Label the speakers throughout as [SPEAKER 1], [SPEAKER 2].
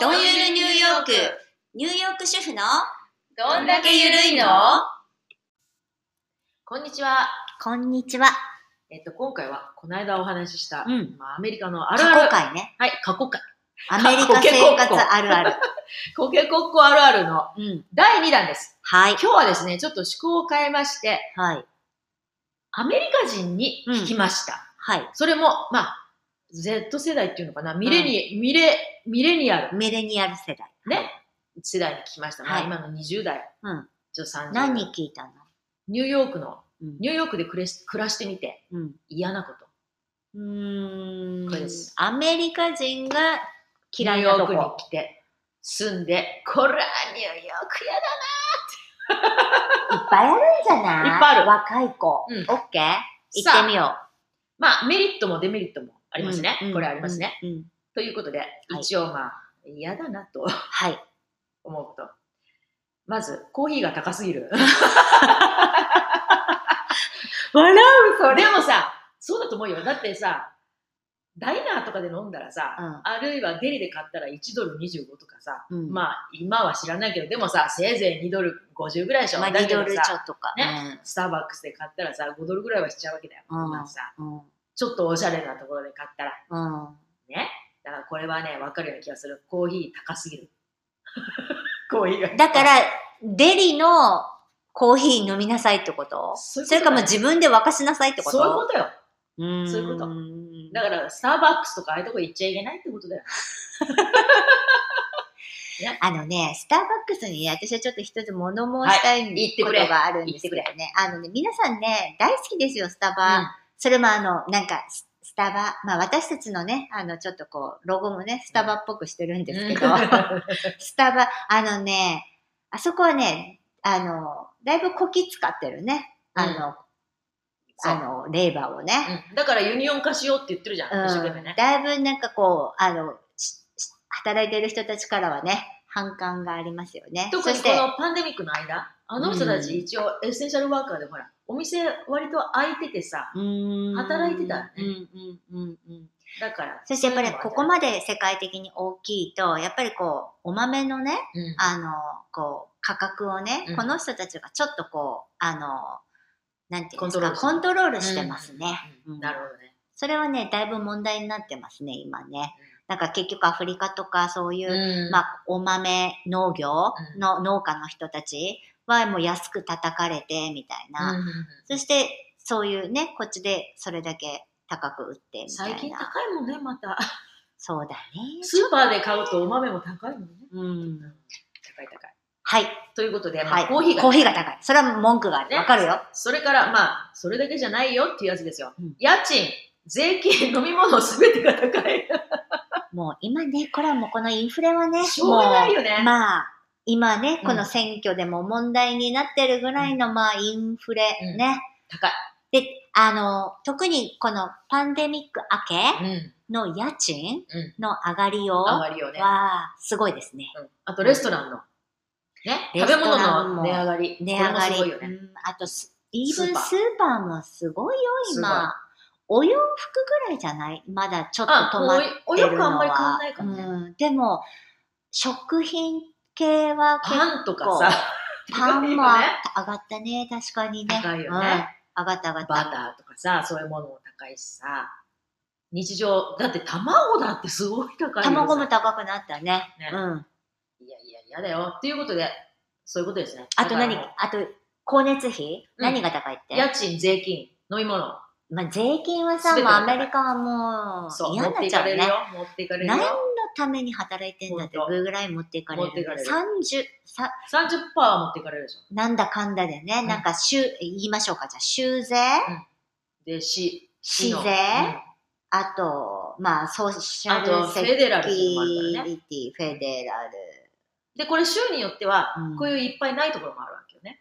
[SPEAKER 1] どんゆるニューヨーク、ニューヨーク主婦の
[SPEAKER 2] どんだけゆるいのこんにちは。
[SPEAKER 1] こんにちは。
[SPEAKER 2] えっと、今回は、この間お話しした、
[SPEAKER 1] うん
[SPEAKER 2] まあ、アメリカのあ
[SPEAKER 1] 過
[SPEAKER 2] るあ
[SPEAKER 1] 去
[SPEAKER 2] る。
[SPEAKER 1] 回ね。
[SPEAKER 2] はい、過去回。
[SPEAKER 1] アメリカ生活あるある。
[SPEAKER 2] コケコッコあるあるの
[SPEAKER 1] うん。
[SPEAKER 2] 第2弾です。
[SPEAKER 1] はい。
[SPEAKER 2] 今日はですね、ちょっと趣向を変えまして、
[SPEAKER 1] はい。
[SPEAKER 2] アメリカ人に聞きました。
[SPEAKER 1] はい。
[SPEAKER 2] それも、まあ、Z 世代っていうのかな、ミレニ、ミレ、ミレニアル
[SPEAKER 1] ミレニアル世代。
[SPEAKER 2] ね、世代に聞きました。まあ、
[SPEAKER 1] はい
[SPEAKER 2] 今の20代、
[SPEAKER 1] うん。
[SPEAKER 2] ちょっと30代。
[SPEAKER 1] 何人聞いたの
[SPEAKER 2] ニューヨークの、
[SPEAKER 1] うん
[SPEAKER 2] ニューヨークで暮らし暮らしてみて
[SPEAKER 1] うん。
[SPEAKER 2] 嫌なこと。
[SPEAKER 1] うーん。
[SPEAKER 2] これです
[SPEAKER 1] アメリカ人が嫌い
[SPEAKER 2] ニュー
[SPEAKER 1] な
[SPEAKER 2] ヨ
[SPEAKER 1] と
[SPEAKER 2] ーク
[SPEAKER 1] こ。
[SPEAKER 2] に来て、住んで、こら、ニューヨークやだ
[SPEAKER 1] いっぱいあるんじゃない
[SPEAKER 2] いっぱいある
[SPEAKER 1] 若い子。
[SPEAKER 2] うん
[SPEAKER 1] オッケー行
[SPEAKER 2] さあ
[SPEAKER 1] ってみよう。
[SPEAKER 2] まあ、メリットもデメリットもありますね。
[SPEAKER 1] うん
[SPEAKER 2] これありますね。。
[SPEAKER 1] うんうん
[SPEAKER 2] ということで、
[SPEAKER 1] い
[SPEAKER 2] 一応まあ、嫌だなと
[SPEAKER 1] はい。
[SPEAKER 2] 思うこと。まず、コーヒーが高すぎる。
[SPEAKER 1] 笑うそ
[SPEAKER 2] でもさ、そうだと思うよ。だってさ、ダイナーとかで飲んだらさ、
[SPEAKER 1] うん
[SPEAKER 2] あるいはデリで買ったら1ドル25とかさ、
[SPEAKER 1] うん
[SPEAKER 2] まあ、今は知らないけど、でもさ、せいぜい2ドル50ぐらいでしょ。
[SPEAKER 1] まあ、
[SPEAKER 2] だ
[SPEAKER 1] 2
[SPEAKER 2] け
[SPEAKER 1] ド
[SPEAKER 2] ど
[SPEAKER 1] ルち
[SPEAKER 2] さ
[SPEAKER 1] ょっとか。
[SPEAKER 2] ねスターバックスで買ったらさ、5ドルぐらいはしちゃうわけだよ。
[SPEAKER 1] うん
[SPEAKER 2] まあさ、
[SPEAKER 1] うん。うん
[SPEAKER 2] ちょっとおしゃれなところで買ったら。
[SPEAKER 1] うん。
[SPEAKER 2] ね。だからこれはね、わかるような気がする。コーヒー高すぎる。 コーヒーが。
[SPEAKER 1] だから、デリのコーヒー飲みなさいってこと
[SPEAKER 2] そういうことだね
[SPEAKER 1] それかもう自分で沸かしなさいってこと
[SPEAKER 2] そういうことよ。
[SPEAKER 1] うーん
[SPEAKER 2] そういうことだ
[SPEAKER 1] だか
[SPEAKER 2] から、スターバックスとかああいうとこ行っちゃいけないってことだよ。
[SPEAKER 1] ら、あのね、スターバックスに私はちょっと一つ物申したい、
[SPEAKER 2] い言って
[SPEAKER 1] こ
[SPEAKER 2] く
[SPEAKER 1] と
[SPEAKER 2] れ
[SPEAKER 1] があるんですけどね。あのね、皆さんね、大好きですよ、スタバ。それもあの、なんか、ススタバ、まあ私たちのね、あの、ちょっとこう、ロゴもね、スタバっぽくしてるんですけど、 スタバ、あのね、あそこはね、あの、だいぶこき使ってるね。あの、
[SPEAKER 2] そう
[SPEAKER 1] あの、レーバーをね。
[SPEAKER 2] うんだからユニオン化しようって言ってるじゃん。一生懸命
[SPEAKER 1] うん
[SPEAKER 2] ね。
[SPEAKER 1] だいぶなんかこう、あの、しし働いてる人たちからはね、反感がありますよね。
[SPEAKER 2] 特
[SPEAKER 1] そ
[SPEAKER 2] に
[SPEAKER 1] し
[SPEAKER 2] こ
[SPEAKER 1] て、
[SPEAKER 2] のパンデミックの間、あの人た
[SPEAKER 1] うん
[SPEAKER 2] ち一応エッセンシャルワーカーでほら、お店割と開いててさ、
[SPEAKER 1] うん
[SPEAKER 2] 働いてたね
[SPEAKER 1] うんうんうんうん。
[SPEAKER 2] だから。
[SPEAKER 1] そしてやっぱりここ
[SPEAKER 2] で、
[SPEAKER 1] まで世界的に大きいと、やっぱりこう、お豆のね、
[SPEAKER 2] うん
[SPEAKER 1] あの、こう、価格をね、
[SPEAKER 2] うん
[SPEAKER 1] この人たちがちょっとこう、あの、なんていうんで
[SPEAKER 2] コ
[SPEAKER 1] す
[SPEAKER 2] ントロー
[SPEAKER 1] か、
[SPEAKER 2] ル
[SPEAKER 1] コントロールしてますね。
[SPEAKER 2] うん
[SPEAKER 1] うん
[SPEAKER 2] なるほどね。
[SPEAKER 1] それはね、だいぶ問題になってますね、今ね。なんか結局アフリカとかそういう、
[SPEAKER 2] うん
[SPEAKER 1] まあ、お豆農業の農家の人たちはもう安く叩かれてみたいな、
[SPEAKER 2] うんうんうん
[SPEAKER 1] そしてそういうねこっちでそれだけ高く売ってみた
[SPEAKER 2] 最
[SPEAKER 1] い
[SPEAKER 2] 近
[SPEAKER 1] な
[SPEAKER 2] 高いもんね、また。
[SPEAKER 1] そうだ ね
[SPEAKER 2] スーパーで買うとお豆も高いもんね。
[SPEAKER 1] うん
[SPEAKER 2] 高い高い。
[SPEAKER 1] はい、
[SPEAKER 2] ということで、まあ
[SPEAKER 1] はい、
[SPEAKER 2] コーヒーが
[SPEAKER 1] コーヒーが高いそれは文句がある
[SPEAKER 2] ね
[SPEAKER 1] わ、かるよ
[SPEAKER 2] それから、まあ、それだけじゃないよっていうやつですよ。
[SPEAKER 1] うん
[SPEAKER 2] 家賃、税金、飲み物、すべてが高い。
[SPEAKER 1] もう今ねこれはもうこのインフレはね
[SPEAKER 2] しょうがないよ
[SPEAKER 1] もう
[SPEAKER 2] ね。
[SPEAKER 1] まあ今ね
[SPEAKER 2] うん
[SPEAKER 1] この選挙でも問題になってるぐらいの、まあインフレ
[SPEAKER 2] うん
[SPEAKER 1] ね、
[SPEAKER 2] 高い。
[SPEAKER 1] であの特にこのパンデミック明け、
[SPEAKER 2] うん。
[SPEAKER 1] の家賃
[SPEAKER 2] う
[SPEAKER 1] の上がりを
[SPEAKER 2] あまりよね。
[SPEAKER 1] はすごいですね。
[SPEAKER 2] うんあと、レストランの。ね。
[SPEAKER 1] レ
[SPEAKER 2] 食
[SPEAKER 1] ス
[SPEAKER 2] べ
[SPEAKER 1] ト
[SPEAKER 2] 物
[SPEAKER 1] ランも
[SPEAKER 2] の値上がり。
[SPEAKER 1] 値上が
[SPEAKER 2] これ
[SPEAKER 1] り。
[SPEAKER 2] もすごいよね。
[SPEAKER 1] うんあとす、イー
[SPEAKER 2] ス
[SPEAKER 1] ブ
[SPEAKER 2] ー
[SPEAKER 1] ン
[SPEAKER 2] パー
[SPEAKER 1] スーパーもすごいよ、今。お洋服ぐらいじゃないまだちょっと
[SPEAKER 2] あ、
[SPEAKER 1] 止
[SPEAKER 2] もう
[SPEAKER 1] まっ
[SPEAKER 2] おお
[SPEAKER 1] てる
[SPEAKER 2] 洋服あ
[SPEAKER 1] のは。
[SPEAKER 2] んまり買わないからね。
[SPEAKER 1] うん、でも、食品系は結構
[SPEAKER 2] パンとかさ、
[SPEAKER 1] パン も
[SPEAKER 2] 高いよね
[SPEAKER 1] 上がったね、確かにね。
[SPEAKER 2] 高いよね
[SPEAKER 1] うん上がった上がっ
[SPEAKER 2] バ
[SPEAKER 1] た。
[SPEAKER 2] ターとかさ、そういうものも高いしさ。日常、だって卵だってすごい高いよさ
[SPEAKER 1] 卵も高くなったね。
[SPEAKER 2] ね
[SPEAKER 1] うん。
[SPEAKER 2] いやいや、嫌だよ。っていうことで、そういうことですね。
[SPEAKER 1] あと何
[SPEAKER 2] だからも
[SPEAKER 1] あと、光熱費、何が高いって
[SPEAKER 2] う家賃、税金、飲み物。
[SPEAKER 1] まあ、税金はさ、
[SPEAKER 2] 全て
[SPEAKER 1] もう
[SPEAKER 2] が
[SPEAKER 1] アメリカはも
[SPEAKER 2] そうう、
[SPEAKER 1] 嫌
[SPEAKER 2] 持っ
[SPEAKER 1] にな
[SPEAKER 2] て
[SPEAKER 1] っ
[SPEAKER 2] い
[SPEAKER 1] ちゃ
[SPEAKER 2] か
[SPEAKER 1] う
[SPEAKER 2] れ
[SPEAKER 1] ね
[SPEAKER 2] る。よ。持っていかれるよ
[SPEAKER 1] 何。のために働いてんだって
[SPEAKER 2] ほんと
[SPEAKER 1] ぐらい持っていかれ
[SPEAKER 2] 持ってい
[SPEAKER 1] る
[SPEAKER 2] かれる
[SPEAKER 1] 30さ
[SPEAKER 2] 30%は持っていかれるでしょ。
[SPEAKER 1] なんだかんだでね、
[SPEAKER 2] うん
[SPEAKER 1] なんか州言いましょうかじゃあ州税
[SPEAKER 2] で、市、
[SPEAKER 1] 市税
[SPEAKER 2] の
[SPEAKER 1] あとまあソーシ
[SPEAKER 2] うんあ
[SPEAKER 1] ャル
[SPEAKER 2] と、フ
[SPEAKER 1] セ
[SPEAKER 2] ェデラル
[SPEAKER 1] キ
[SPEAKER 2] っていうのもあるから
[SPEAKER 1] ュ
[SPEAKER 2] ね。
[SPEAKER 1] リティフェデラル
[SPEAKER 2] で、これ州によっては
[SPEAKER 1] うん、
[SPEAKER 2] こういういっぱいないところもあるわけよね。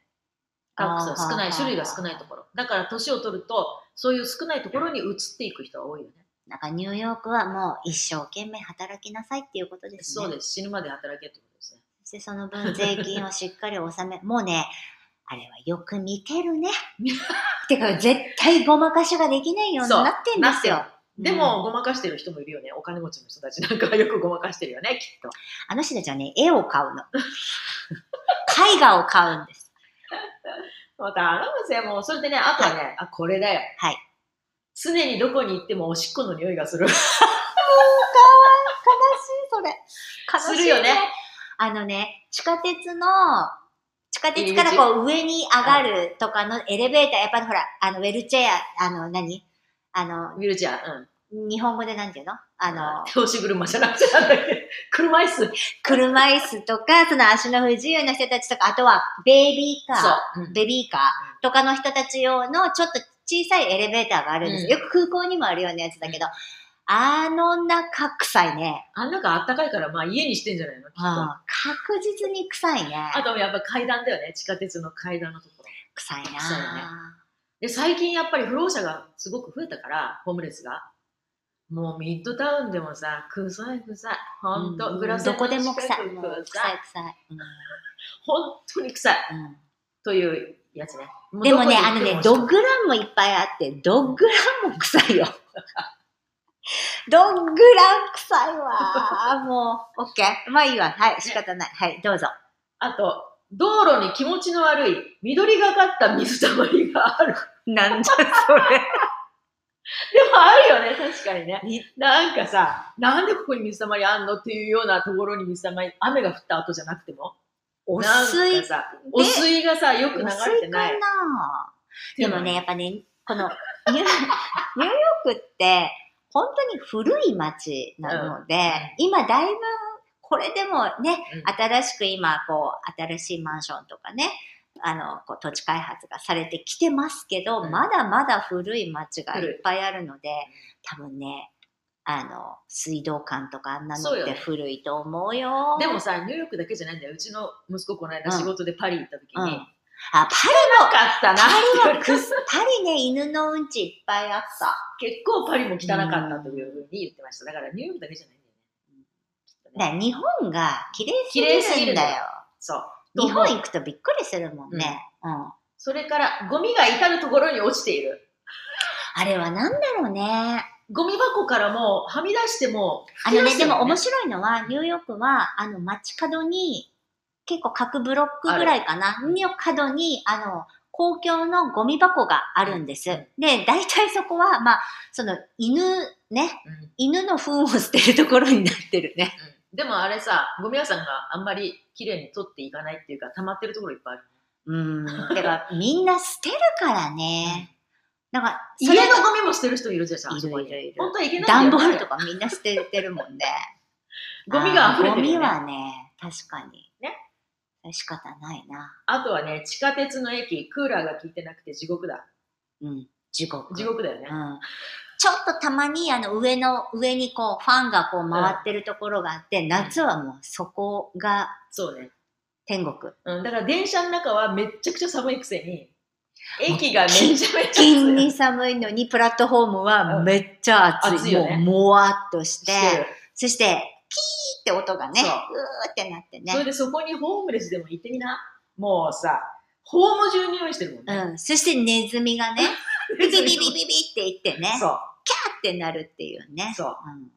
[SPEAKER 2] タックスは少ない、種類が少ないところ。だから、年を取ると、そういう少ないところに移っていく人が多いよね。
[SPEAKER 1] なんかニューヨークはもう一生懸命働きなさいっていうことですね。
[SPEAKER 2] そうです。死ぬまで働けってことですね。
[SPEAKER 1] そしてその分税金をしっかり納め、 もうね、あれはよく見 てるね。てか絶対ごまかしができないように
[SPEAKER 2] そう
[SPEAKER 1] なってんですよ
[SPEAKER 2] な。でも、ごまかしてる人もいるよね。お金持ちの人たちなん かはよくごまかしてるよね、きっと。
[SPEAKER 1] あの人たちはね、絵を買うの。絵画を買う んです。
[SPEAKER 2] また、アラムセも、それでね、あとはね、あ、これだよ。
[SPEAKER 1] はい。
[SPEAKER 2] 常にどこに行ってもおしっこの匂いが する。
[SPEAKER 1] 悲しい、それ。
[SPEAKER 2] するよね。
[SPEAKER 1] あのね、地下鉄の、地下鉄からこう上に上がるとかのエレベーター、やっぱりほら、あの、ウェルチェア、あの、何あの、
[SPEAKER 2] ミルちゃん、
[SPEAKER 1] 日本語でなんていうのあ
[SPEAKER 2] うん。
[SPEAKER 1] の、
[SPEAKER 2] 手押し車じゃなくて、なんだっけ、車椅子。そう。
[SPEAKER 1] 車椅子とか、その足の不自由な人たちとか、あとはベビーカー。
[SPEAKER 2] うん
[SPEAKER 1] ベビーカーとかの人たち用のちょっと小さいエレベーターがあるんですよ。よく空港にもあるようなやつだけど、あの中臭いね。
[SPEAKER 2] あん中あったかいから、まあ家にしてんじゃないのきっと。あ
[SPEAKER 1] 確実に臭いね。
[SPEAKER 2] と、やっぱ階段だよね。地下鉄の階段のところ。
[SPEAKER 1] 臭いな
[SPEAKER 2] そうよねで、最近やっぱり不老者がすごく増えたから、ホームレスが。もうミッドタウンでもさ、臭い臭い。ほんと、
[SPEAKER 1] うん
[SPEAKER 2] グラス
[SPEAKER 1] どこでも臭い。もう臭
[SPEAKER 2] 臭
[SPEAKER 1] い
[SPEAKER 2] い。
[SPEAKER 1] 臭い。
[SPEAKER 2] 本当に臭い。
[SPEAKER 1] うんうん
[SPEAKER 2] というやつね。
[SPEAKER 1] でもね、
[SPEAKER 2] どこ
[SPEAKER 1] あ
[SPEAKER 2] に行って
[SPEAKER 1] のね
[SPEAKER 2] も、
[SPEAKER 1] ドッグランもいっぱいあって、ドッグランも臭いよ。 ドッグラン臭いわ。もう、オッケー。まあいいわ。はい、仕方ない。はい、どうぞ。
[SPEAKER 2] あと、道路に気持ちの悪い緑がかった水たまりがある。で
[SPEAKER 1] なんじゃそれ。
[SPEAKER 2] もあるよね、確かにね
[SPEAKER 1] み。
[SPEAKER 2] なんかさ、なんでここに水たまりあんのっていうようなところに水たまり、雨が降った後じゃなくても。
[SPEAKER 1] お
[SPEAKER 2] なん
[SPEAKER 1] 水
[SPEAKER 2] かさ、お水がさ、よく流
[SPEAKER 1] お水
[SPEAKER 2] れてない
[SPEAKER 1] か。な
[SPEAKER 2] で
[SPEAKER 1] でもね、やっぱね、このニュー ニューヨークって本当に古い街なので、今だいぶこれでもね、
[SPEAKER 2] うん
[SPEAKER 1] 新しく今こう、新しいマンションとかね、あの、こう土地開発がされてきてますけど、
[SPEAKER 2] うん
[SPEAKER 1] まだまだ古い街がい
[SPEAKER 2] 古い
[SPEAKER 1] っぱいあるので、多分ね、あの、水道管とかあんなの
[SPEAKER 2] そうよ
[SPEAKER 1] って
[SPEAKER 2] ね
[SPEAKER 1] 古いと思うよ。
[SPEAKER 2] でもさ、ニューヨークだけじゃないんだよ。うちの息子この間仕事でパリ行った時に、
[SPEAKER 1] うん
[SPEAKER 2] よ
[SPEAKER 1] あ、パ
[SPEAKER 2] かったな
[SPEAKER 1] パリはくす、パリね、犬のうんちいっぱいあった。
[SPEAKER 2] 結構パリも汚かったというふうに言ってました。だからニューヨークだけじゃないんだよね。きっとね
[SPEAKER 1] だから日本が綺麗すぎるんだよ。
[SPEAKER 2] そう。
[SPEAKER 1] 日本行くとびっくりするもんね。うん。
[SPEAKER 2] それから、ゴミが至るところに落ちている。
[SPEAKER 1] あれはなんだろうね。
[SPEAKER 2] ゴミ箱からもうはみ出しても
[SPEAKER 1] あ
[SPEAKER 2] 吹き出
[SPEAKER 1] のね、
[SPEAKER 2] して
[SPEAKER 1] で
[SPEAKER 2] るよ
[SPEAKER 1] も面白いのは、ニューヨークは、あの、街角に、結構各ブロックぐらいかな、の角に、あの、公共のゴミ箱があるんです。
[SPEAKER 2] うん
[SPEAKER 1] で、大体そこは、まあ、その、犬、ね、
[SPEAKER 2] うんうん
[SPEAKER 1] 犬の糞を捨てるところになってるね。
[SPEAKER 2] でもあれさ、ゴミ屋さんがあんまり綺麗に取っていかないっていうか、溜まってるところいっぱいある。
[SPEAKER 1] うん。だから、みんな捨てるからね。だから、そ
[SPEAKER 2] 家
[SPEAKER 1] れ
[SPEAKER 2] のゴミも捨てる人いるじゃん、
[SPEAKER 1] いる
[SPEAKER 2] あそこに
[SPEAKER 1] いるいる
[SPEAKER 2] 本当はいけないんだよ
[SPEAKER 1] 段ボールとかみんな捨ててるもんで。
[SPEAKER 2] ゴミが溢れてる
[SPEAKER 1] ゴミ
[SPEAKER 2] よね、
[SPEAKER 1] はね、確かに。
[SPEAKER 2] ね。
[SPEAKER 1] 仕方ないな。
[SPEAKER 2] あとはね、地下鉄の駅、クーラーが効いてなくて地獄だ。
[SPEAKER 1] うん。地獄。
[SPEAKER 2] 地獄だよね。
[SPEAKER 1] うん。ちょっとたまに、あの、上の、上にこう、ファンがこう回ってるところがあって、夏はもうそこが
[SPEAKER 2] そうね、
[SPEAKER 1] 天国。
[SPEAKER 2] うん。だから電車の中はめっちゃくちゃ寒いくせに、駅がめちゃめちゃ暑い
[SPEAKER 1] 金に寒いのに、プラットフォームはめっちゃ暑い。
[SPEAKER 2] うん暑いよね
[SPEAKER 1] もう、もわっとし、
[SPEAKER 2] しててる。
[SPEAKER 1] そして、キーって音がね、う
[SPEAKER 2] そう
[SPEAKER 1] ーってなって
[SPEAKER 2] それ
[SPEAKER 1] ね。
[SPEAKER 2] でそこにホームレスでも行ってみな。もうさ、ホーム中に用意してるもんね。
[SPEAKER 1] うん。そしてネズミがね、ビビビビビビって言ってね、
[SPEAKER 2] そう、
[SPEAKER 1] ってなるっていうね。
[SPEAKER 2] そう。
[SPEAKER 1] うん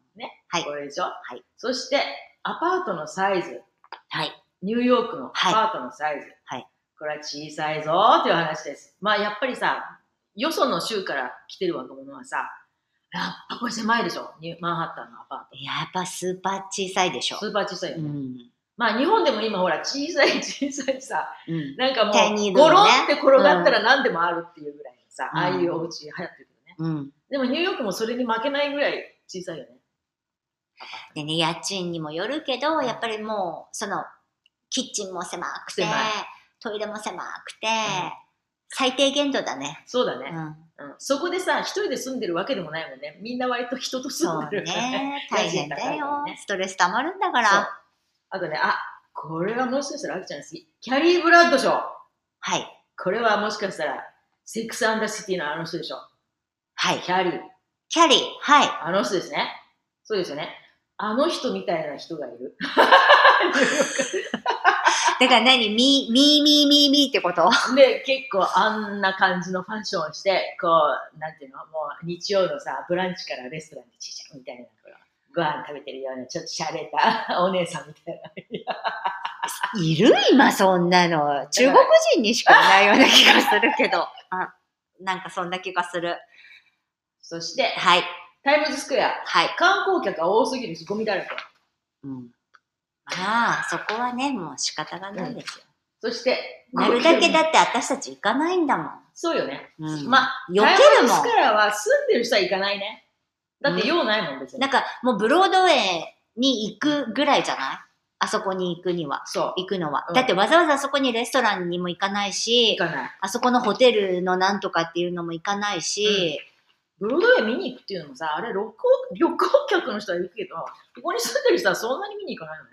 [SPEAKER 1] はい
[SPEAKER 2] これでしょ
[SPEAKER 1] い
[SPEAKER 2] そして、アパートのサイズ。
[SPEAKER 1] はい。
[SPEAKER 2] ニューヨークのア
[SPEAKER 1] はい
[SPEAKER 2] パートのサイズ。
[SPEAKER 1] はい
[SPEAKER 2] これは小さいぞーという話です。まあやっぱりさ、よその州から来てる若者はさ、やっぱこれ狭いでしょ。ニューマンハッタンのアパ
[SPEAKER 1] やっぱスーパー小さいでし
[SPEAKER 2] ー
[SPEAKER 1] ょ
[SPEAKER 2] ト。。スーパー小さいよ
[SPEAKER 1] う
[SPEAKER 2] ね。
[SPEAKER 1] ん。
[SPEAKER 2] まあ日本でも今ほら小さい小さいさ、
[SPEAKER 1] うん。
[SPEAKER 2] なんかも
[SPEAKER 1] 手に入れ
[SPEAKER 2] う
[SPEAKER 1] るよ
[SPEAKER 2] ゴ
[SPEAKER 1] ね
[SPEAKER 2] ロンって転がったら何でもあるっていうぐらいのさ、
[SPEAKER 1] うん
[SPEAKER 2] ああいうお家流行ってるよね。
[SPEAKER 1] うん。
[SPEAKER 2] でもニューヨークもそれに負けないぐらい小さいよね。
[SPEAKER 1] でね、家賃にもよるけど、やっぱりもう、その、キッチンも狭くて
[SPEAKER 2] 狭い、
[SPEAKER 1] トイレも狭くて
[SPEAKER 2] ん、
[SPEAKER 1] 最低限度だね。
[SPEAKER 2] そうだ
[SPEAKER 1] う
[SPEAKER 2] ね、
[SPEAKER 1] ん。
[SPEAKER 2] うんそこでさ、一人で住んでるわけでもないもんね。みんな割と人と住
[SPEAKER 1] そ
[SPEAKER 2] ん
[SPEAKER 1] う
[SPEAKER 2] でるよね。
[SPEAKER 1] ね。大変だ
[SPEAKER 2] 家賃高いか
[SPEAKER 1] よ
[SPEAKER 2] ら。ね
[SPEAKER 1] ストレス溜まるんだか
[SPEAKER 2] そう
[SPEAKER 1] ら。
[SPEAKER 2] あとね、あ、これはもしかしたらあきちゃん好き。キャリー・ブラッドショー。
[SPEAKER 1] はい。
[SPEAKER 2] これはもしかしたら、セックス・アンダー・シティのあの人でしょ。
[SPEAKER 1] はい。
[SPEAKER 2] キャリー。
[SPEAKER 1] キャリー、はい。
[SPEAKER 2] あの人ですね。そうですよね。あの人みたいな人がいる。
[SPEAKER 1] だから何み、みーみーみーみーってこと
[SPEAKER 2] で、結構あんな感じのファッションをして、こう、なんていうのもう日曜のさ、ブランチからレストランでちちゃみたいなところ。ご飯食べてるような、ちょっと洒落た お姉さんみたいな。
[SPEAKER 1] いる今そんなの。中国人にしかいないような気がするけど。 あ、なんかそんな気がする。
[SPEAKER 2] そして、
[SPEAKER 1] はい、
[SPEAKER 2] タイムズスクエア。
[SPEAKER 1] はい。
[SPEAKER 2] 観光客が多すぎるし、ゴミだらけ。
[SPEAKER 1] うん、まあ、そこはね、もう仕方がないですよ。
[SPEAKER 2] そして、
[SPEAKER 1] なるだけだって私たち行かないんだもん。
[SPEAKER 2] そうよね。
[SPEAKER 1] うん
[SPEAKER 2] まあ、
[SPEAKER 1] 避け
[SPEAKER 2] タイ
[SPEAKER 1] る
[SPEAKER 2] ムズス
[SPEAKER 1] もん
[SPEAKER 2] ク。エアは住んでる人は行かないね。だって用ないもん、別に。
[SPEAKER 1] なんかもうブロードウェイに行くぐらいじゃないあそこに行くには。
[SPEAKER 2] そう。
[SPEAKER 1] 行くのは
[SPEAKER 2] う。ん
[SPEAKER 1] だってわざわざあそこにレストランにも行かないし
[SPEAKER 2] 行、かない。
[SPEAKER 1] あそこのホテルのなんとかっていうのも行かないし、
[SPEAKER 2] ブロードウェイ見に行くっていうのもさ、あれ旅行、 旅行客の人は行くけど、ここに住んでる人はそんなに見に行かないよね。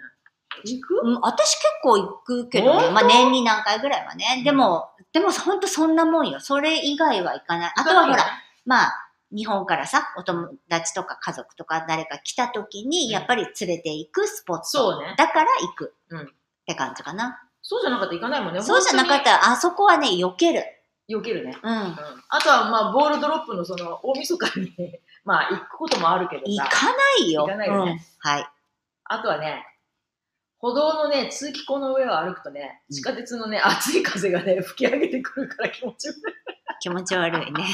[SPEAKER 2] 行く
[SPEAKER 1] うん、私結構行くけどね。
[SPEAKER 2] 本
[SPEAKER 1] まあ
[SPEAKER 2] 当
[SPEAKER 1] 年に何回ぐらいはね。でも、でもほんとそんなもんよ。それ以外は行かない。あとはほら、、まあ、日本からさ、お友達とか家族とか誰か来た時
[SPEAKER 2] うん
[SPEAKER 1] に、やっぱり連れて行くスポット。
[SPEAKER 2] そうね
[SPEAKER 1] だから行く。
[SPEAKER 2] うん
[SPEAKER 1] って感じかな。
[SPEAKER 2] そうじゃなかったら行かないもんね。
[SPEAKER 1] そうじゃなかったら、あそこはね、避ける。
[SPEAKER 2] た。避けるね。
[SPEAKER 1] うん
[SPEAKER 2] うん。。あとは、まあ、ボールドロップのその、大晦日に、 まあ、行くこともあるけど
[SPEAKER 1] 行
[SPEAKER 2] さ、
[SPEAKER 1] かないよ。
[SPEAKER 2] 行かないよね
[SPEAKER 1] うん。はい。
[SPEAKER 2] あとはね、歩道のね、通気口の上を歩くとね、
[SPEAKER 1] うん
[SPEAKER 2] 地下鉄のね、熱い風がね、吹き上げてくるから気持ち悪い。
[SPEAKER 1] 気持ち悪 いね。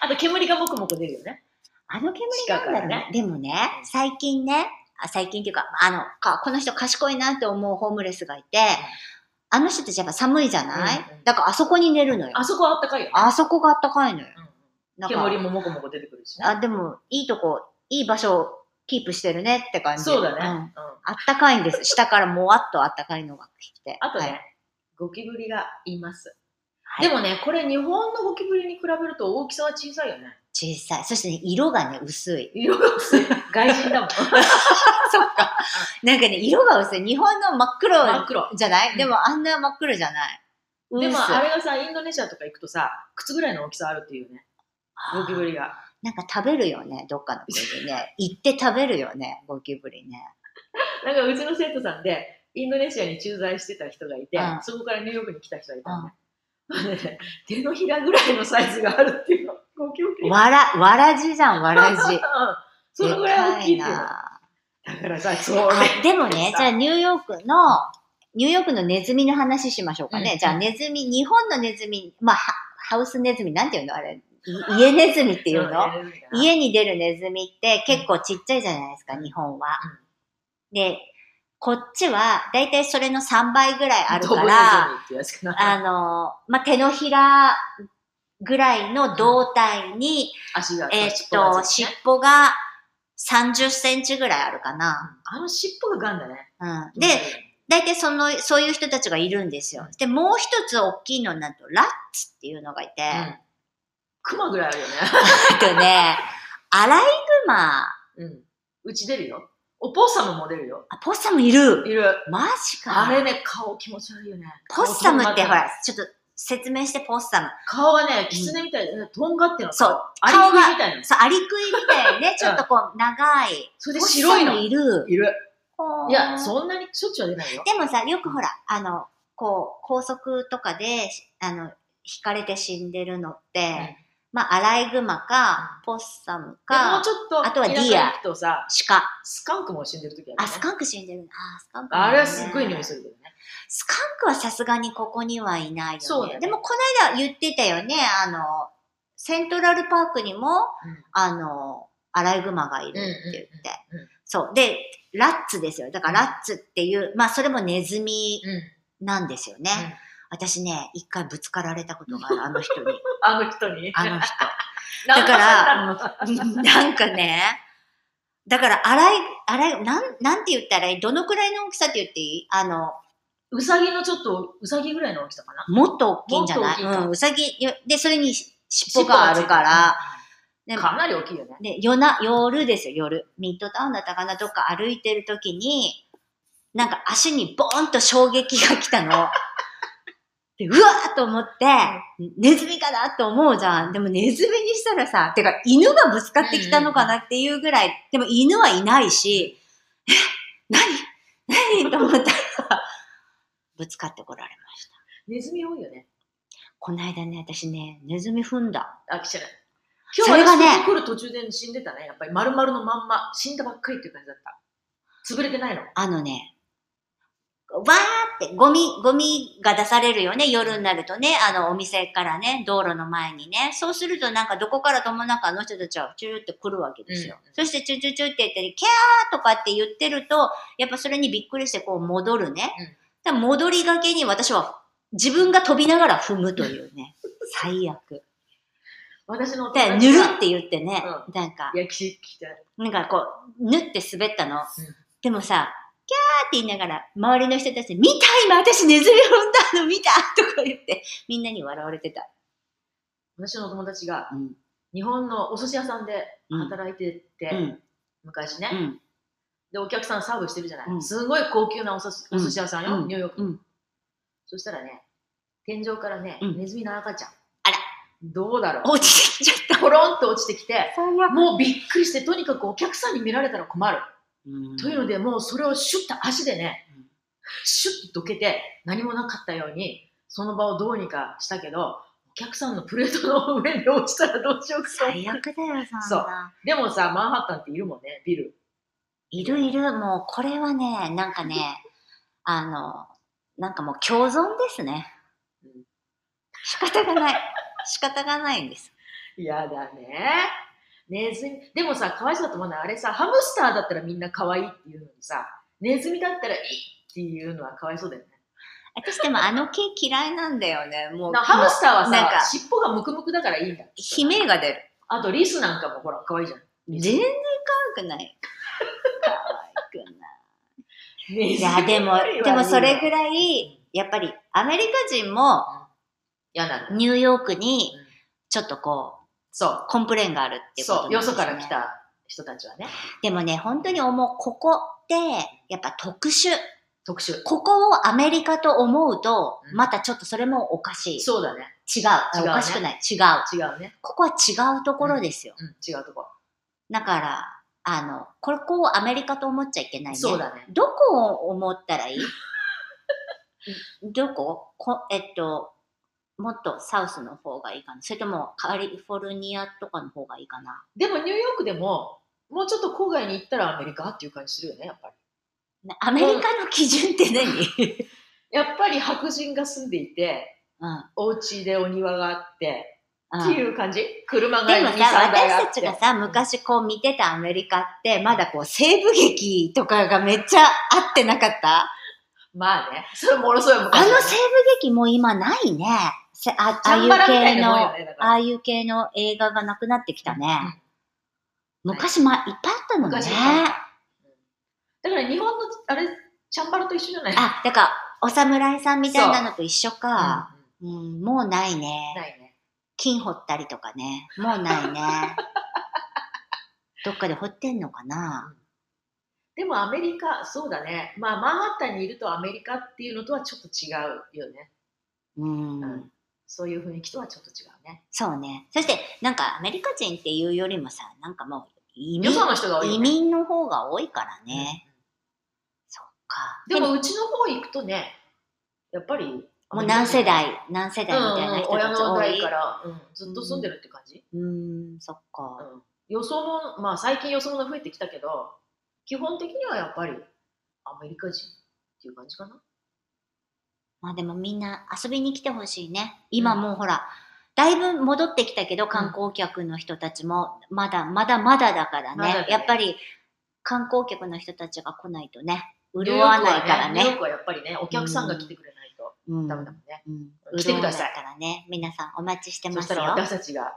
[SPEAKER 2] あと、煙がもくもく出るよね。
[SPEAKER 1] あの煙なんだ
[SPEAKER 2] 近く
[SPEAKER 1] ろう
[SPEAKER 2] から
[SPEAKER 1] ね。でもね、最近ね、あ最近っていうか、あの、かこの人賢いなって思うホームレスがいて、あの人たちやっぱ寒いじゃない、
[SPEAKER 2] うんうん
[SPEAKER 1] だからあそこに寝るのよ。
[SPEAKER 2] あそこはあったかいよね。
[SPEAKER 1] あそこがあったかいのよ。
[SPEAKER 2] うん
[SPEAKER 1] なんか
[SPEAKER 2] 煙ももこもこ出てくるしね。
[SPEAKER 1] あ、でも、いいとこ、いい場所をキープしてるねって感じ。
[SPEAKER 2] そうだね。
[SPEAKER 1] ん
[SPEAKER 2] うん
[SPEAKER 1] あったかいんです。下からもわっとあったかいのが来て。
[SPEAKER 2] あとね、
[SPEAKER 1] はい
[SPEAKER 2] ゴキブリがいます。
[SPEAKER 1] はい
[SPEAKER 2] でもね、これ日本のゴキブリに比べると大きさは小さいよね。。
[SPEAKER 1] 小さい。そしてね、色がね、薄い
[SPEAKER 2] 色が薄い。外人 だもん。
[SPEAKER 1] そっか。 なんかね、色が薄い。日本の真っ
[SPEAKER 2] 真っ
[SPEAKER 1] 黒
[SPEAKER 2] 黒。
[SPEAKER 1] じゃない、
[SPEAKER 2] うん
[SPEAKER 1] でもあんな真っ黒じゃない。
[SPEAKER 2] でも
[SPEAKER 1] 薄い
[SPEAKER 2] あれがさ、インドネシアとか行くとさ、靴ぐらいの大きさあるっていうね、ゴキブリが。
[SPEAKER 1] なんか食べるよね、どっかの国でね。行って食べるよね、ゴキブリね。
[SPEAKER 2] なんかうちの生徒さんで、インドネシアに駐在してた人がいて、
[SPEAKER 1] うん
[SPEAKER 2] そこからニューヨークに来た人がいたのね。で手のひらぐらいのサイズがあるっていうの、ゴキブリ。。
[SPEAKER 1] わら、わらじじゃん、わらじ
[SPEAKER 2] そのぐらい大きいっていう
[SPEAKER 1] で
[SPEAKER 2] の。
[SPEAKER 1] か
[SPEAKER 2] だ
[SPEAKER 1] な
[SPEAKER 2] からさ、そう
[SPEAKER 1] あでもね、じゃあニューヨークの、ニューヨークのネズミの話しましょうかね。
[SPEAKER 2] うん
[SPEAKER 1] じゃあネズミ、日本のネズミ、まあ、ハハウスネズミ、なんていうのあれ、い家ネズミっていうの、
[SPEAKER 2] うん
[SPEAKER 1] 家に出るネズミって結構ちっちゃいじゃないですか、
[SPEAKER 2] うん
[SPEAKER 1] 日本は。で、こっちはだいたいそれの3倍ぐらいあるか
[SPEAKER 2] ドブネ
[SPEAKER 1] ら、
[SPEAKER 2] ズミっていうやつかな
[SPEAKER 1] あの、まあ、手のひらぐらいの胴体に、
[SPEAKER 2] 足が、
[SPEAKER 1] えー
[SPEAKER 2] 尻
[SPEAKER 1] っ
[SPEAKER 2] 尾が
[SPEAKER 1] と、
[SPEAKER 2] つい
[SPEAKER 1] 尻
[SPEAKER 2] てね
[SPEAKER 1] 尾が30センチぐらいあるかな。
[SPEAKER 2] あの尻尾がガンだね。
[SPEAKER 1] うん。で、、大体その、そういう人たちがいるんですよ。で、もう一つ大きいのになると、ラッツっていうのがいて、
[SPEAKER 2] うん、クマぐらいある よね。
[SPEAKER 1] あとね、アライグマ、あ、
[SPEAKER 2] うん。うち出るよ。おポッサムも出るよ。
[SPEAKER 1] ポッサムいる
[SPEAKER 2] いる。
[SPEAKER 1] マジか
[SPEAKER 2] あ。れね、顔気持ち悪いよね。
[SPEAKER 1] ポッサムってほら
[SPEAKER 2] 顔、
[SPEAKER 1] ちょっと説明してポッサム。
[SPEAKER 2] 顔がね、狐みたいな、とんがってるの。
[SPEAKER 1] そう。
[SPEAKER 2] アリ
[SPEAKER 1] 顔
[SPEAKER 2] ク
[SPEAKER 1] が
[SPEAKER 2] イみたいな。
[SPEAKER 1] そう、アリクイみたいにね、ちょっとこう、長い。
[SPEAKER 2] それで白い
[SPEAKER 1] ポ
[SPEAKER 2] の。
[SPEAKER 1] ッサムいる。
[SPEAKER 2] いる。いや、
[SPEAKER 1] う。
[SPEAKER 2] そんなにしょっちゅうは出ないよ。
[SPEAKER 1] でもさ、よくほら、あの、こう、高速とかで、あの、引かれて死んでるのって、
[SPEAKER 2] ん
[SPEAKER 1] まあ、アライグマか、ポッサム
[SPEAKER 2] でもう
[SPEAKER 1] か、
[SPEAKER 2] ちょっと、
[SPEAKER 1] あとはディア
[SPEAKER 2] 行くとさ、
[SPEAKER 1] 鹿。
[SPEAKER 2] スカンクも死んでる時ある、ね。
[SPEAKER 1] あ、スカンク死んでるな。あー、スカンク、
[SPEAKER 2] あれはすっごい匂い
[SPEAKER 1] る。
[SPEAKER 2] するけどね。
[SPEAKER 1] スカンクはさすがにここにはいないよね。
[SPEAKER 2] そうだね
[SPEAKER 1] でもこの間言ってたよね、あの、セントラルパークにも、
[SPEAKER 2] うん
[SPEAKER 1] あの、アライグマがいるって言って。
[SPEAKER 2] うんうんうんうん
[SPEAKER 1] そう。で、ラッツですよ。だからラッツっていう、まあそれもネズミ
[SPEAKER 2] うん。
[SPEAKER 1] なんですよね。
[SPEAKER 2] うん
[SPEAKER 1] 私ね、一回ぶつかられたことがある、あ の人に。
[SPEAKER 2] あの人に。
[SPEAKER 1] あの人。
[SPEAKER 2] だ
[SPEAKER 1] だから
[SPEAKER 2] ら、
[SPEAKER 1] なんかね、だから、洗い、洗い、なん、なんて言ったらいいどのくらいの大きさって言っていいあの、
[SPEAKER 2] うさぎのちょっと、うさぎぐらいの大きさかな。
[SPEAKER 1] もっと大きいんじゃな
[SPEAKER 2] もっと
[SPEAKER 1] い
[SPEAKER 2] 大きいか
[SPEAKER 1] うん、うさぎ、よで、それにし尻尾があるか
[SPEAKER 2] 尻尾
[SPEAKER 1] ら、
[SPEAKER 2] がついてる。
[SPEAKER 1] で
[SPEAKER 2] かなり大きいよね。
[SPEAKER 1] で、夜な、夜ですよ、夜。ミッドタウンだったかな、どっか歩いてると きに、なんか足にボーンと衝撃が来たの。で、うわーと思って、ネズミかなと思うじゃん。でもネズミにしたらさ、てか犬がぶつかってきたのかなっていうぐらい、でも犬はいないし、え、何何と思ったら、ぶつかってこられました。
[SPEAKER 2] ネズミ多いよね。
[SPEAKER 1] この間ね、私ね、ネズミ踏んだ。
[SPEAKER 2] あ、来ちゃない。
[SPEAKER 1] そ
[SPEAKER 2] 今
[SPEAKER 1] れ
[SPEAKER 2] 日
[SPEAKER 1] が
[SPEAKER 2] は
[SPEAKER 1] ね
[SPEAKER 2] ね、来る途中で死んでたね。やっぱり丸々のまんま、死んだばっかりっていう感じだった。潰れてないの。
[SPEAKER 1] あのね、わーって、ゴミ、ゴミが出されるよね、夜になるとね、あの、お店からね、道路の前にね。そうするとなんかどこからともなくあの人たちはチューって来るわけですよ。
[SPEAKER 2] うん
[SPEAKER 1] そしてチュチュチュって言って、キャーとかって言ってると、やっぱそれにびっくりしてこう戻るね。
[SPEAKER 2] うん
[SPEAKER 1] だから戻りがけに私は自分が飛びながら踏むとい うね。最悪。
[SPEAKER 2] 私のお友
[SPEAKER 1] で、
[SPEAKER 2] 達
[SPEAKER 1] ぬる
[SPEAKER 2] が
[SPEAKER 1] って言ってね、
[SPEAKER 2] う
[SPEAKER 1] なんか、
[SPEAKER 2] いや、きちきち
[SPEAKER 1] なんかこう、ぬって滑ったの。でもさ、キャーって言いながら、周りの人たちに、見た今私ネズミ踏んだの見たとか言って、みんなに笑われてた。
[SPEAKER 2] 私のお友達が、
[SPEAKER 1] うん。
[SPEAKER 2] 日本のお寿司屋さんで働いてて、
[SPEAKER 1] うん。
[SPEAKER 2] 昔ね、
[SPEAKER 1] うん。
[SPEAKER 2] で、お客さんサーブしてるじゃない。
[SPEAKER 1] うん
[SPEAKER 2] すごい高級なお寿司
[SPEAKER 1] うん
[SPEAKER 2] お寿司屋さんよ、
[SPEAKER 1] うん
[SPEAKER 2] ニューヨーク、
[SPEAKER 1] うん
[SPEAKER 2] そしたらね、天井からね、
[SPEAKER 1] うん
[SPEAKER 2] ネズミの赤ちゃん。
[SPEAKER 1] あら。
[SPEAKER 2] どうだろう。
[SPEAKER 1] 落ちてきちゃっ
[SPEAKER 2] ポロンと落ちてきて、
[SPEAKER 1] た。最悪。
[SPEAKER 2] もうびっくりして、とにかくお客さんに見られたら困る。
[SPEAKER 1] うん、
[SPEAKER 2] というので、もうそれをシュッと足でね
[SPEAKER 1] うん、
[SPEAKER 2] シュッとどけて、何もなかったように、その場をどうにかしたけど、お客さんのプレートの上に落ちたらどうしようかと思って
[SPEAKER 1] 最悪だよ、そ
[SPEAKER 2] そ
[SPEAKER 1] ん
[SPEAKER 2] う
[SPEAKER 1] な。
[SPEAKER 2] でもさ、マンハッタンっているもんね、ビル。
[SPEAKER 1] いるいる、もうこれはね、なんかね、あの、なんかもう共存ですね
[SPEAKER 2] うん。
[SPEAKER 1] 仕方がない。仕方がないんです。
[SPEAKER 2] やだね。ネズミ。でもさ、かわいそうだと思うのは、あれさ、ハムスターだったらみんな可愛いって言うのにさ、ネズミだったらいいっていうのはかわいそうだよね。
[SPEAKER 1] 私でもあの毛嫌いなんだよね。もう、
[SPEAKER 2] なハムスターは
[SPEAKER 1] なんか
[SPEAKER 2] さ、尻尾がムクムクだからいいんだ。
[SPEAKER 1] 悲鳴が出る。
[SPEAKER 2] あと、リスなんかもほら、可愛いじゃん。
[SPEAKER 1] 全然可愛 くない。可愛くない。
[SPEAKER 2] い
[SPEAKER 1] いや、でも、でもそれぐらい、やっぱりアメリカ人も
[SPEAKER 2] 嫌なの。
[SPEAKER 1] ニューヨークに
[SPEAKER 2] うん
[SPEAKER 1] ちょっとこ
[SPEAKER 2] そう
[SPEAKER 1] う、。コンプレーンがあるっていうこ
[SPEAKER 2] そ
[SPEAKER 1] となん
[SPEAKER 2] う、
[SPEAKER 1] で
[SPEAKER 2] よ
[SPEAKER 1] すね
[SPEAKER 2] そから来。た人たちはね、
[SPEAKER 1] でもね、本当に思う、ここって、やっぱ特殊。
[SPEAKER 2] 特殊。
[SPEAKER 1] ここをアメリカと思うと、
[SPEAKER 2] うん
[SPEAKER 1] またちょっとそれもおかしい。
[SPEAKER 2] そうだね。
[SPEAKER 1] 違うあ
[SPEAKER 2] 違うね
[SPEAKER 1] おかしくない。違う。
[SPEAKER 2] 違うね。
[SPEAKER 1] ここは違うところですよ。
[SPEAKER 2] うん、違うとこ。
[SPEAKER 1] だから、あの、ここをアメリカと思っちゃいけないね。
[SPEAKER 2] そうだね。
[SPEAKER 1] どこを思ったらいい どここえっと、もっとサウスの方がいいかなそれともカリフォルニアとかの方がいいかな
[SPEAKER 2] でもニューヨークでも、もうちょっと郊外に行ったらアメリカっていう感じするよね、やっぱり。
[SPEAKER 1] なアメリカの基準って何
[SPEAKER 2] やっぱり白人が住んでいて、
[SPEAKER 1] うん。
[SPEAKER 2] お家でお庭があって、
[SPEAKER 1] う
[SPEAKER 2] って
[SPEAKER 1] ん
[SPEAKER 2] いう感じ車が
[SPEAKER 1] でも
[SPEAKER 2] 2 3
[SPEAKER 1] さ、
[SPEAKER 2] 台あ
[SPEAKER 1] 私
[SPEAKER 2] ったて
[SPEAKER 1] ちがさ、昔こう見てたアメリカって、まだこう西部劇とかがめっちゃ合ってなかった
[SPEAKER 2] まあね、それもろそうよ、
[SPEAKER 1] あ
[SPEAKER 2] 昔
[SPEAKER 1] の
[SPEAKER 2] ね。
[SPEAKER 1] 西部劇も今ないね。せああ
[SPEAKER 2] チ
[SPEAKER 1] あい
[SPEAKER 2] ャン
[SPEAKER 1] う
[SPEAKER 2] バラみたい
[SPEAKER 1] 系
[SPEAKER 2] なもんよ、
[SPEAKER 1] の
[SPEAKER 2] ね、だから
[SPEAKER 1] ああいう系の映画がなくなってきたね。
[SPEAKER 2] うん
[SPEAKER 1] 昔、まあ、いっぱいあったのね。
[SPEAKER 2] 昔いっぱいあっただから日本の、あれ、チャンバラと一緒じゃない
[SPEAKER 1] あ、だから、お侍さんみたいなのと一緒か。
[SPEAKER 2] うんう
[SPEAKER 1] うん、もうない
[SPEAKER 2] ん
[SPEAKER 1] ね。
[SPEAKER 2] ないね。
[SPEAKER 1] 金掘ったりとかね。もうな いね。どっかで掘ってんのかな
[SPEAKER 2] でもアメリカ、そうだね。まあ、マンハッタンにいるとアメリカっていうのとはちょっと違うよね。
[SPEAKER 1] うん。
[SPEAKER 2] うんそういう雰囲気とはちょっと違うね。
[SPEAKER 1] そうね。そして、なんか、アメリカ人っていうよりもさ、なんかもう、移民
[SPEAKER 2] よ、その人が多い
[SPEAKER 1] 移
[SPEAKER 2] よね。
[SPEAKER 1] 民の方が多いからね。そっか。
[SPEAKER 2] うんでも、うちの方行くとね、やっぱり、
[SPEAKER 1] もう何世代、何世代みたいな人
[SPEAKER 2] うんうん、親
[SPEAKER 1] たち
[SPEAKER 2] の
[SPEAKER 1] 多
[SPEAKER 2] 代
[SPEAKER 1] い
[SPEAKER 2] か。ら、うんずっと住んでるって感じ。
[SPEAKER 1] うん、そっ
[SPEAKER 2] う
[SPEAKER 1] か。
[SPEAKER 2] ん予想も、まあ、最近予想も増えてきたけど、基本的にはやっぱりアメリカ人っていう感じかな。
[SPEAKER 1] まあでもみんな遊びに来てほしいね。今もうほら、だいぶ戻ってきたけど観光客の人たちも、まだまだまだだからね。
[SPEAKER 2] まだだね
[SPEAKER 1] やっぱり観光客の人たちが来ないとね、潤わないから
[SPEAKER 2] ニューヨー
[SPEAKER 1] ね。
[SPEAKER 2] クはやっぱりね、お客さんが来てくれないと
[SPEAKER 1] うん
[SPEAKER 2] ダメだもんね。
[SPEAKER 1] うん
[SPEAKER 2] 来てください
[SPEAKER 1] 潤わないからね。皆さんお待ちして
[SPEAKER 2] そ
[SPEAKER 1] ま
[SPEAKER 2] した
[SPEAKER 1] すよ。
[SPEAKER 2] ら
[SPEAKER 1] あ
[SPEAKER 2] 私たち が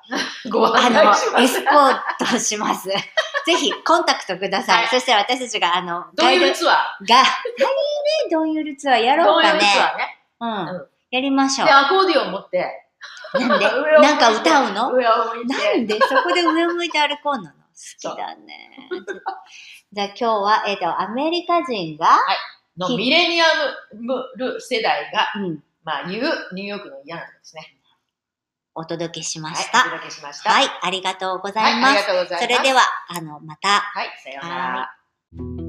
[SPEAKER 2] ご案内し
[SPEAKER 1] の、
[SPEAKER 2] ま
[SPEAKER 1] エ
[SPEAKER 2] す
[SPEAKER 1] ス。コートします。 ぜひ、コンタクトくださ
[SPEAKER 2] は
[SPEAKER 1] い。
[SPEAKER 2] い
[SPEAKER 1] そしたら私たちが、あの、
[SPEAKER 2] どう
[SPEAKER 1] ガイド
[SPEAKER 2] いうツアー
[SPEAKER 1] が、はいね、どんゆるツアーやろ
[SPEAKER 2] 同
[SPEAKER 1] うか
[SPEAKER 2] 様
[SPEAKER 1] ね
[SPEAKER 2] に。さね。
[SPEAKER 1] うん
[SPEAKER 2] うん。
[SPEAKER 1] やりましょう
[SPEAKER 2] で、。アコーディオン持って、
[SPEAKER 1] なんで
[SPEAKER 2] 上を向いて
[SPEAKER 1] なんか歌うの
[SPEAKER 2] 上を向い
[SPEAKER 1] な
[SPEAKER 2] て。
[SPEAKER 1] んでそこで上向いて歩こうなの好きだね。じゃあ今日は、えっ、と、アメリカ人が、
[SPEAKER 2] のミレニアムル世代が、
[SPEAKER 1] うん、
[SPEAKER 2] ままあ、いうニューヨークの嫌なところですね。
[SPEAKER 1] お届けしま
[SPEAKER 2] はい
[SPEAKER 1] し、
[SPEAKER 2] お
[SPEAKER 1] た。
[SPEAKER 2] 届けしました。
[SPEAKER 1] はい
[SPEAKER 2] は、
[SPEAKER 1] ありがとうござ
[SPEAKER 2] い、
[SPEAKER 1] いま
[SPEAKER 2] あり
[SPEAKER 1] す。
[SPEAKER 2] がとうございます。
[SPEAKER 1] それで
[SPEAKER 2] は、
[SPEAKER 1] は、あの、また。
[SPEAKER 2] はい、さようなら。